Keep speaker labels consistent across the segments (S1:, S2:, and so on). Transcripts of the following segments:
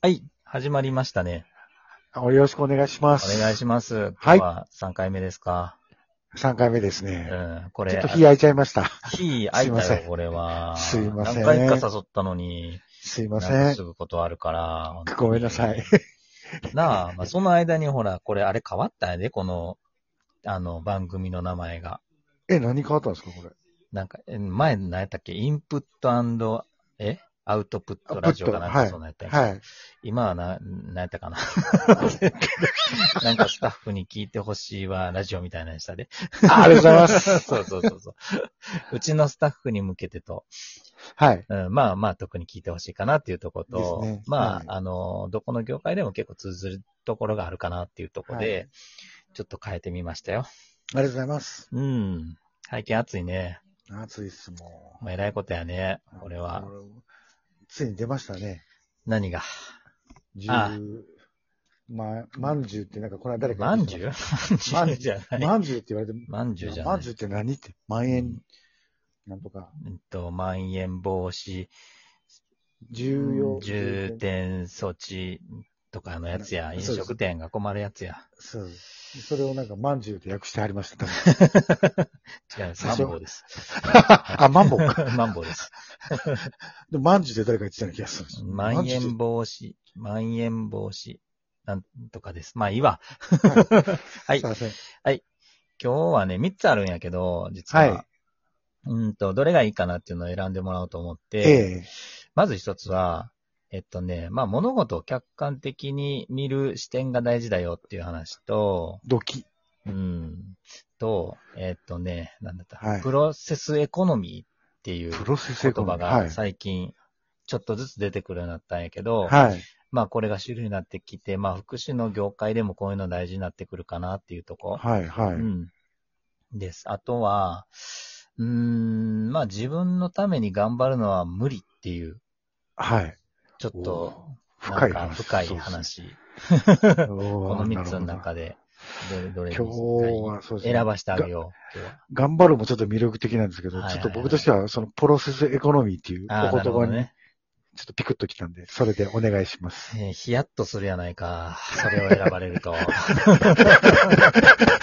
S1: はい、始まりましたね。
S2: あよろしくお願いしま
S1: お
S2: す。
S1: 願いします。今
S2: はい
S1: 日は3回目ですか。
S2: ます。3回目ですね。
S1: うん、これ、
S2: ちょっと火焼いちゃいました。
S1: あ火開い
S2: すいま
S1: た
S2: せ
S1: よ、
S2: ん
S1: これは。
S2: すいません
S1: 何回か誘ったのに、
S2: すい
S1: な
S2: ま
S1: ん
S2: せ
S1: か
S2: ん
S1: す。ぐ断るから。
S2: ごめんなさい。
S1: なあ、まあ、その間にほら、これあれ変わったんやで、この、あの、番組の名前が。
S2: え、何変わったんですか、これ。
S1: なんか、え前何やったっけインプットえアウトプットラジオかなん
S2: ア
S1: か
S2: ウト
S1: そ
S2: プット
S1: んなんやったんや
S2: はい。
S1: 今はな、何やったかな なんかスタッフに聞いてほしいわ、ラジオみたいなのしたで。
S2: あありがとうございます。
S1: そうそうそうそう。うちのスタッフに向けてと、
S2: はい。
S1: うん、まあまあ特に聞いてほしいかなっていうところと、
S2: ですね
S1: まあ、
S2: はい
S1: あの、どこの業界でも結構通ずるところがあるかなっていうところで、
S2: はい
S1: ちょっと変えてみましたよ。
S2: ありがとうございます。
S1: うん。最近暑いね。
S2: 暑いっす、も
S1: まあ、偉いことやね
S2: う。。
S1: これは。。
S2: ついに出ましたね。
S1: 何が
S2: 十
S1: ああ、
S2: ま、まんじゅうってなんか、これは誰か
S1: ま
S2: 言
S1: ん
S2: って
S1: じゅ
S2: た。
S1: うまんじゅう じゃない。
S2: まんじゅうって言われても、
S1: まんじゅうじゃ
S2: ま
S1: なんい
S2: じゅ。うって何って、まん延、なんとか、
S1: うんと、まん延防止
S2: 重要。
S1: 重点措置とかのやつや、
S2: な
S1: 飲
S2: そうです
S1: 食店が困るやつや。
S2: そうです。それをなんか、まんじゅうって訳してありま した。
S1: 違う、マ
S2: 最初
S1: ンボウです。
S2: あ、マンボウか。
S1: マンボウです。
S2: でも、まんじゅうって誰か言ってたような気がするんです。
S1: まん延防止、まん延防止、なんとかです。まあいいわ。は
S2: はいい。すいません。
S1: 今日はね、3つあるんやけど、実は。
S2: はい
S1: うんと、どれがいいかなっていうのを選んでもらおうと思って、
S2: ええ
S1: まず一つは、えっとね、まあ物事を客観的に見る視点が大事だよっていう話と、
S2: ドキ。
S1: うん、と、えっとね、なんだった、
S2: はい
S1: プロセスエコノミーっていう
S2: プロセスエ
S1: 言
S2: コノ
S1: 葉
S2: ミーは
S1: が
S2: い。
S1: 最近、ちょっとずつ出てくるようになったんやけど、
S2: はい。
S1: まあこれが主流になってきて、まあ福祉の業界でもこういうの大事になってくるかなっていうとこ、
S2: はい。は
S1: う
S2: い。
S1: ん、です。あとは、うーん、まあ自分のために頑張るのは無理っていう、
S2: はい。
S1: ちょっと、な
S2: 深
S1: ん
S2: い
S1: か
S2: 話。
S1: 深い話、
S2: そうですね。
S1: こ
S2: こ
S1: の3つの中で、どれ、どれ
S2: 今
S1: に
S2: 日はそうですね。
S1: 選ばしてあげよう。今日は
S2: 頑張るもちょっと魅力的なんですけど、
S1: はいはい
S2: ち
S1: は
S2: ょ
S1: い
S2: っと僕としては、そのプロセスエコノミーっていうお
S1: ああ、なる
S2: 言
S1: ほ
S2: 葉
S1: ど
S2: に
S1: ね。
S2: ちょっとピクッときたんで、それでお願いします。
S1: えーヒヤッとするやないか。それを選ばれ ると。ヒ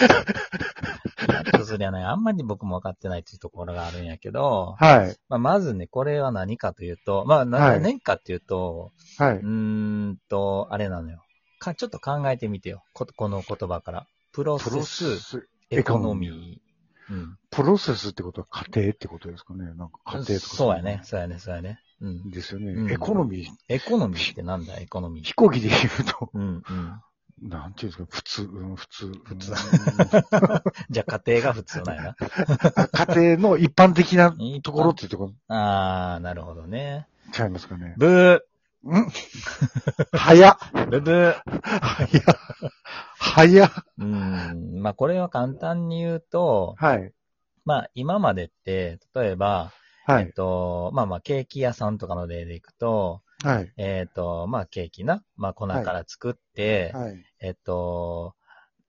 S1: ヤッとするやない。あんまり僕も分かってないっていうところがあるんやけど、
S2: はい。
S1: まあ、まずね、これは何かというと、まあ、な
S2: はい
S1: 何かっていうと、
S2: は
S1: う
S2: い。
S1: ーんと、あれなのよ。か、ちょっと考えてみてよ。ここの言葉から。プロセスエコノミー。うん。
S2: プロセスってことは家庭ってことですかねなんか家庭とか。
S1: そうやね。。そうやね。そうやね。うん。
S2: ですよ
S1: うん
S2: ね。エコノミー、
S1: エコノミーってなんだエコノミー
S2: 飛。行機で言うと、
S1: うん、うん。
S2: なんていうんですか、普通、うん普通。
S1: 普通
S2: うん
S1: じゃあ家庭が普通なんやな。
S2: 家庭の一般的なところっていうところ
S1: ああ、なるほどね。
S2: ちゃいますかね。
S1: ブー
S2: ん 早っ
S1: ブブー
S2: 早っ早っ
S1: うん。まあ、これは簡単に言うと、
S2: はい。
S1: まあ、今までって、例えば、
S2: は
S1: えっ
S2: い。
S1: と、まあまあ、ケーキ屋さんとかの例でいくと、
S2: はい。
S1: えっと、まあ、ケーキな、まあ、粉から作って、
S2: はい。
S1: えっと、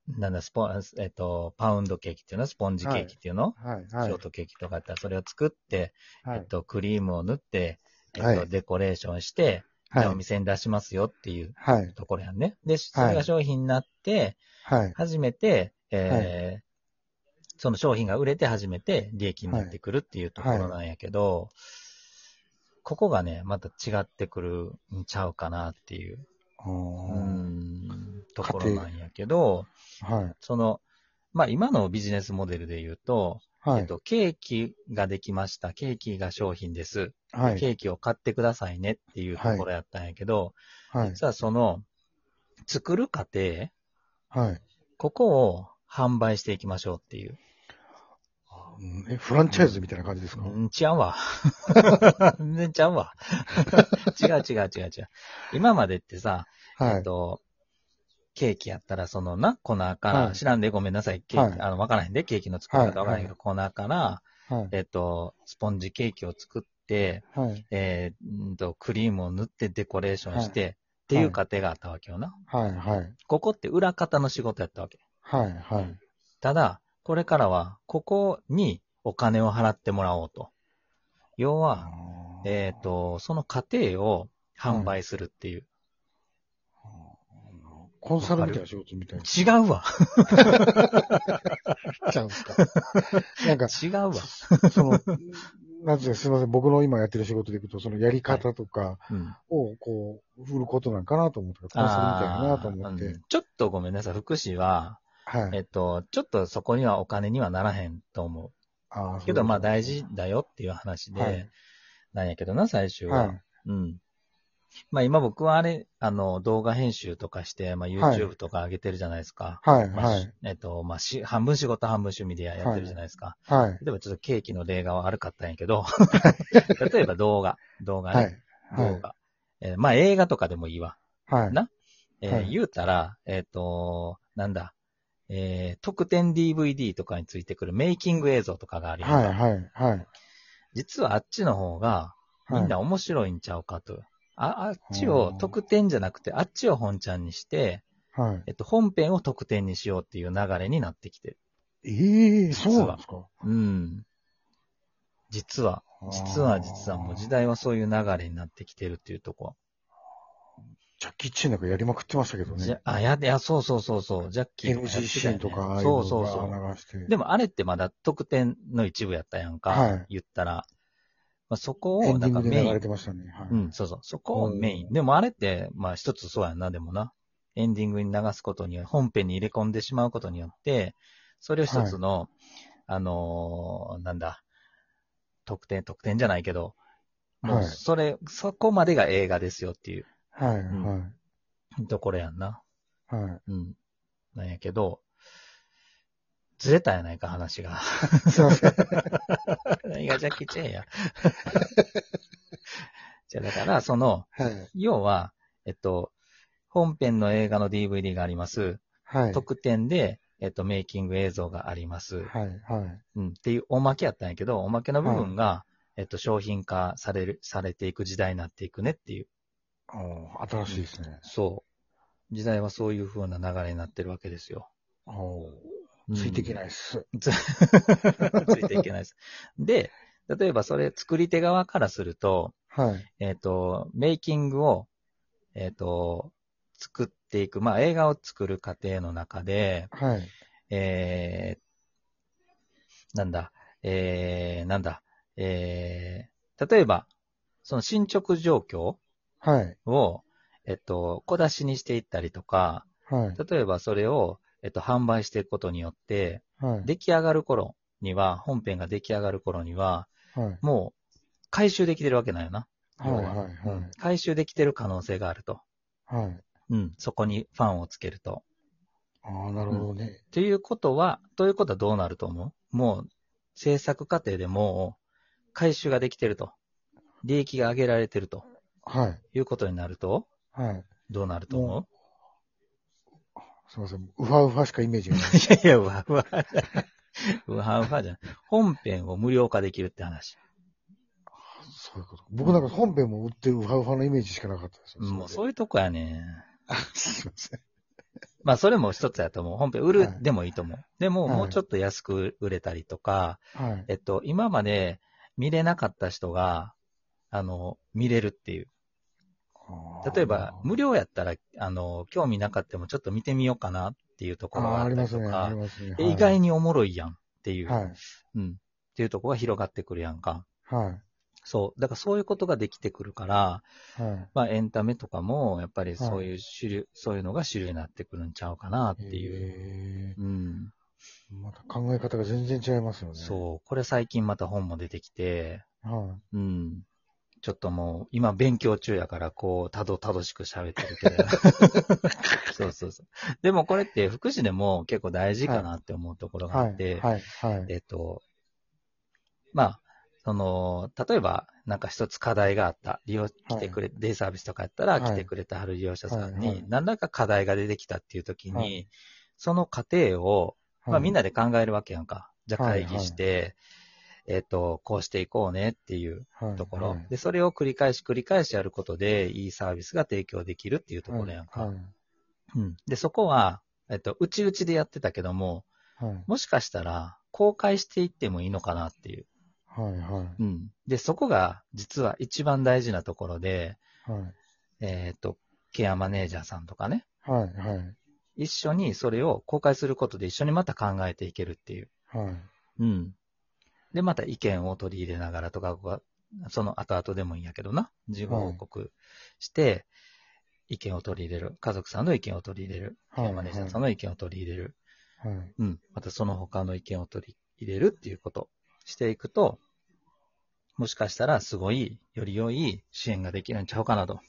S1: なんだ、スポン、えっと、パウンドケーキっていうのスポンジケーキっていうの、
S2: はい。
S1: シ
S2: はい
S1: ョー。トケーキとかあってそれを作って、
S2: は
S1: えっ
S2: い。
S1: と、クリームを塗って、えっと、
S2: はい
S1: デコレーションして、
S2: は
S1: でお
S2: い。
S1: 店に出しますよっていう
S2: はい。
S1: ところやんね。で、それが商品になって、
S2: はい。
S1: 初めて、えーその商品が売れて初めて利益になってくるっていうところなんやけど、ここがね、また違ってくるんちゃうかなっていう、うー
S2: は
S1: ん、ところなんやけど、
S2: い。
S1: その、まあ今のビジネスモデルで言うと、
S2: は
S1: えっ
S2: い。
S1: と、ケーキができました。ケーキが商品です。
S2: はい。
S1: ケーキを買ってくださいねっていうところやったんやけど、
S2: はい。
S1: 実はその、作る過程、
S2: はい。
S1: ここを販売していきましょうっていう。
S2: うんえ、フランチャイズみたいな感じですか
S1: うん、ちゃ うわ。全然ちゃうわ。違う違う違う違う。今までってさ、
S2: は
S1: えっ
S2: い。
S1: と、ケーキやったら、そのな、粉から、
S2: はい
S1: 知らんでごめんなさい、ケーキ、
S2: はい
S1: あの、わからへんで、ケーキの作り方わからへんけど、粉から、
S2: はい。
S1: えっと、スポンジケーキを作って、
S2: はい。
S1: えー、んと、クリームを塗ってデコレーションして、っていう過程があったわけよな。
S2: はい。はい。
S1: ここって裏方の仕事やったわけ。
S2: はい。はい。
S1: ただ、これからは、ここにお金を払ってもらおうと。要は、えっ、と、その過程を販売するっていう。
S2: コンサルみたいな仕事みたいに
S1: 違う わ。
S2: なっちゃうんですか。 なんか、
S1: 違うわ。
S2: その、なんですか、すみません。僕の今やってる仕事でいくと、そのやり方とか
S1: うん。
S2: を、こう、振ることなんかなと思って、コンサルみたいだなと思っ
S1: あー
S2: て
S1: うん。ちょっとごめんなさい。福祉は、
S2: は
S1: え
S2: い。
S1: っと、ちょっとそこにはお金にはならへんと思
S2: あー
S1: う。けど、まあ大。事だよっていう話で、
S2: はい
S1: なんやけどな、最終
S2: そう
S1: は。
S2: はい。
S1: うん。まあ今僕はあれ、あの、動画編集とかして、まあ
S2: はい
S1: YouTube とか上げてるじゃないですか。
S2: はい。
S1: まあ
S2: はい。
S1: えっと、まあし、半分仕事、半分趣味でややってるじゃないですか。
S2: はい。
S1: 例えばちょっとケーキの例が悪かったんやけど、 例えば動画、動画
S2: は
S1: ね、
S2: い。はい
S1: 動画。えーまあ映画とかでもいいわ。
S2: はい。
S1: なえー
S2: はい
S1: 言うたら、えっ、と、なんだ、えー特典 DVD とかについてくるメイキング映像とかがあるやんか
S2: はい。はい。はい。
S1: 実はあっちの方が、みんな面白いんちゃうかと。ああっちを
S2: うん
S1: 特典じゃなくて、あっちを本ちゃんにして、
S2: はい。
S1: えっと、本編を特典にしようっていう流れになってきてる。
S2: ええそうなんですか。
S1: うん。実は。実は実はもう時。代はそういう流れになってきてるっていうとこ。
S2: ジャッキー・チェンなんかやりまくってましたけど
S1: じゃ
S2: ね。
S1: あ、や、いや、そうそうそうそう、ジャッキーとかやって
S2: NG シ
S1: たよ
S2: ー
S1: ね
S2: ンとか、ああい
S1: そうそう
S2: う
S1: そう。
S2: の流して。
S1: でもあれってまだ特典の一部やったやんか、
S2: はい
S1: 言ったら。まあ、そこ
S2: エ
S1: を、
S2: ン
S1: な
S2: ディ
S1: ん
S2: ン
S1: か
S2: グで
S1: メイ
S2: 流れ
S1: ン。
S2: てましたね。はい。
S1: うん、そうそう。そこをメイ
S2: う
S1: ン。でもあれって、まあ一つそうやんな、でもな。エンディングに流すことによ本編に入れ込んでしまうことによって、それを一つの、あのーなんだ、特典、特典じゃないけど、も
S2: は
S1: う
S2: い。
S1: それ、そこまでが映画ですよっていう
S2: はい。はい。
S1: ところやんな。
S2: は
S1: うん。なんやけど、ずれたやないか、話が。
S2: い。すいません。
S1: 何がジャッキーチェンや。 じゃあだから、その、
S2: はい。
S1: 要は、えっと、本編の映画の DVD があります。
S2: はい。
S1: 特典で、えっと、メイキング映像があります。
S2: はい。はい。
S1: うん、っていうおまけやったんやけど、おまけの部分が、えっと、商品化される、されていく時代になっていくねっていう。
S2: おー新しいですね。
S1: そう。時代はそういう風な流れになってるわけですよ。。
S2: おーついていけないいっす。
S1: つついていけないです。で、例えばそれ作り手側からすると、
S2: はい。
S1: えっ、と、メイキングを、えっ、と、作っていく、まあ映画を作る過程の中で、
S2: はい。
S1: えー、なんだ、えー、なんだ、えー、例えば、その進捗状況
S2: はい。
S1: を、えっと、小出しにしていったりとか、
S2: はい。
S1: 例えばそれを、えっと、販売していくことによって、
S2: はい。
S1: 出来上がる頃には、本編が出来上がる頃には、
S2: はい。
S1: もう回収できてるわけなんよな。
S2: はい。はい。
S1: うん回収できてる可能性があると。
S2: はい。はい。
S1: うん、そこにファンをつけると。
S2: ああ、なるほどね。
S1: ということは、ということはどうなると思うもう、制作過程でもう、回収ができてると。利益が上げられてると
S2: はい。
S1: いうことになると、
S2: はい。
S1: どうなると思う
S2: すいません。ウファウファしかイメージがない。
S1: いやいや、うわうわ。うわうわじゃない。本編を無料化できるって話。
S2: そういうこと。僕なんか本編も売ってるウハウハのイメージしかなかったですよ。
S1: もうそうういうとこやね。
S2: すいません。
S1: まあそれも一つやと思う。本編売る
S2: はい
S1: でもいいと思う。でも、
S2: はい
S1: もうちょっと安く売れたりとか、
S2: はい。
S1: えっと、今まで見れなかった人が、あの、見れるっていう。例えば、無
S2: 理
S1: 料やったら、あの、興味なかったもちょっと見てみようかなっていうとこ
S2: あ
S1: ろ
S2: ー
S1: が
S2: あ
S1: あった
S2: りま
S1: り
S2: す
S1: と
S2: ね。あり
S1: か、
S2: ますね。
S1: え
S2: はい
S1: 意外におもろいやんっていう、
S2: はい。
S1: うん。っていうところが広がってくるやんか。
S2: は
S1: そう。だからそういうことができてくるから、
S2: い。はい。
S1: まあエンタメとかも、やっぱりそういう主流、そういうのが主流になってくるんちゃうかなっていう。
S2: いう。
S1: うん。
S2: また考え方が全然違いますよね。
S1: そう。これ最近また本も出てきて、
S2: う。は
S1: うん。ちょっともう、今勉強中やから、こう、たどたどしく喋ってるけ ど。そうそうそう。でもこれって、福祉でも結構大事かなって思うところ
S2: い。
S1: が
S2: は
S1: あっ
S2: い。
S1: て、
S2: はい。はい。
S1: えっと、まあ、その、例えば、なんか一つ課題があった。利用、来てくれ、デイサービスとかやったら
S2: はい
S1: 来てくれたはる利用者さん
S2: はいは
S1: に
S2: い、
S1: 何らか課題が出てきたっていう時
S2: は
S1: に、その過程を、まあみん
S2: な、
S1: なで考えるわけやんか。じゃあ
S2: はい
S1: 会議して、えっと、こうしていこうねっていう
S2: はい
S1: ところ。で、それを繰り返し繰り返しやることで、いいサービスが提供できるっていうところやん
S2: はい
S1: か。。うんで、そこは、えっと、うちうちでやってたけども、
S2: はい。
S1: もしかしたら、公開していってもいいのかなっていう。
S2: はい。は
S1: うん。で、そこが、実は一番大事なところで、
S2: い。はい。
S1: えっと、ケアマネージャーさんとかね、
S2: はい、はい。
S1: 一緒にそれを公開することで一緒にまた考えていけるっていう。
S2: はい。
S1: うん。で、また意見を取り入れながらとかが、その後々でもいいんやけどな。自己報告して、意見を取り入れる。家族さんの意見を取り入れる。
S2: はい、
S1: マネージャーさん
S2: は
S1: の意見を取り入れる。
S2: い。はい
S1: うん。またその他の意見を取り入れるっていうことしていくと、もしかしたらすごい、より良い支援ができるんちゃうかなと。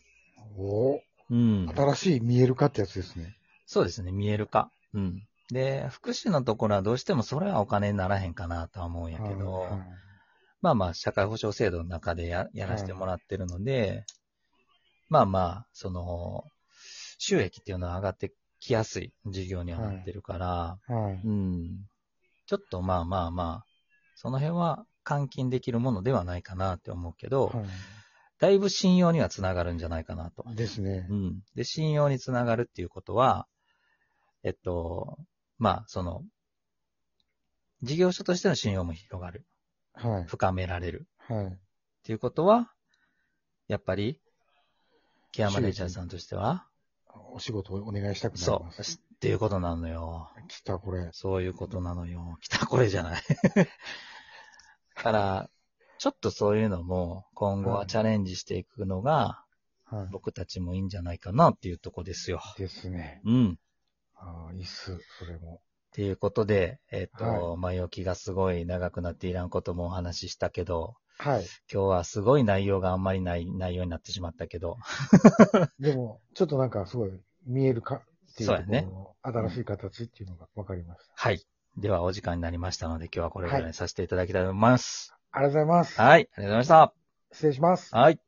S2: お
S1: うん
S2: お。新しい見える化ってやつですね。
S1: そうですね、見える化。うん。で、福祉のところはどうしてもそれはお金にならへんかなとは思うんやけど、
S2: はいはい
S1: まあまあ、社会保障制度の中でややらせてもらってるので、まあまあ、その、収益っていうのは上がってきやすい事業にはなってるから、
S2: はい。
S1: うん。ちょっとまあまあまあ、その辺は換金できるものではないかなって思うけど、
S2: は
S1: だいぶ信用にはつながるんじゃないかなと。
S2: い。ですね
S1: う。ん。で、信用につながるっていうことは、えっと、まあ、その、事業所としての信用も広がる。
S2: はい。
S1: 深められる。
S2: はい。
S1: っていうことは、やっぱり、ケアマネージャーさんとしては、
S2: お仕事をお願いしたくなり
S1: そ
S2: ま
S1: う、
S2: す。
S1: っていうことなのよ。
S2: 来た、これ。
S1: そういうことなのよ。来たこれじゃ ない。だから、ちょっとそういうのも今後はチャレンジしていくのが
S2: は
S1: 僕たちもいいんじゃないかなっていうとこですよ。
S2: い。ですね。
S1: うん。
S2: ああ、いいっす、それも。
S1: っていうことで、えっ、と、
S2: は
S1: 前置きがすごい長くなっていらんこともお話ししたけど、
S2: はい。
S1: 今日はすごい内容があんまりない内容になってしまったけど、
S2: でも、ちょっとなんかすごい見えるかっていう
S1: そう
S2: と
S1: や
S2: こ
S1: ね
S2: ろの新しい形っていうのが分かりました。
S1: はい。ではお時間になりましたので、今日はこれぐらいにさせていただきたいと思います。
S2: ありがとうございます。
S1: はい、ありがとうございま
S2: 失礼します。
S1: した。はい。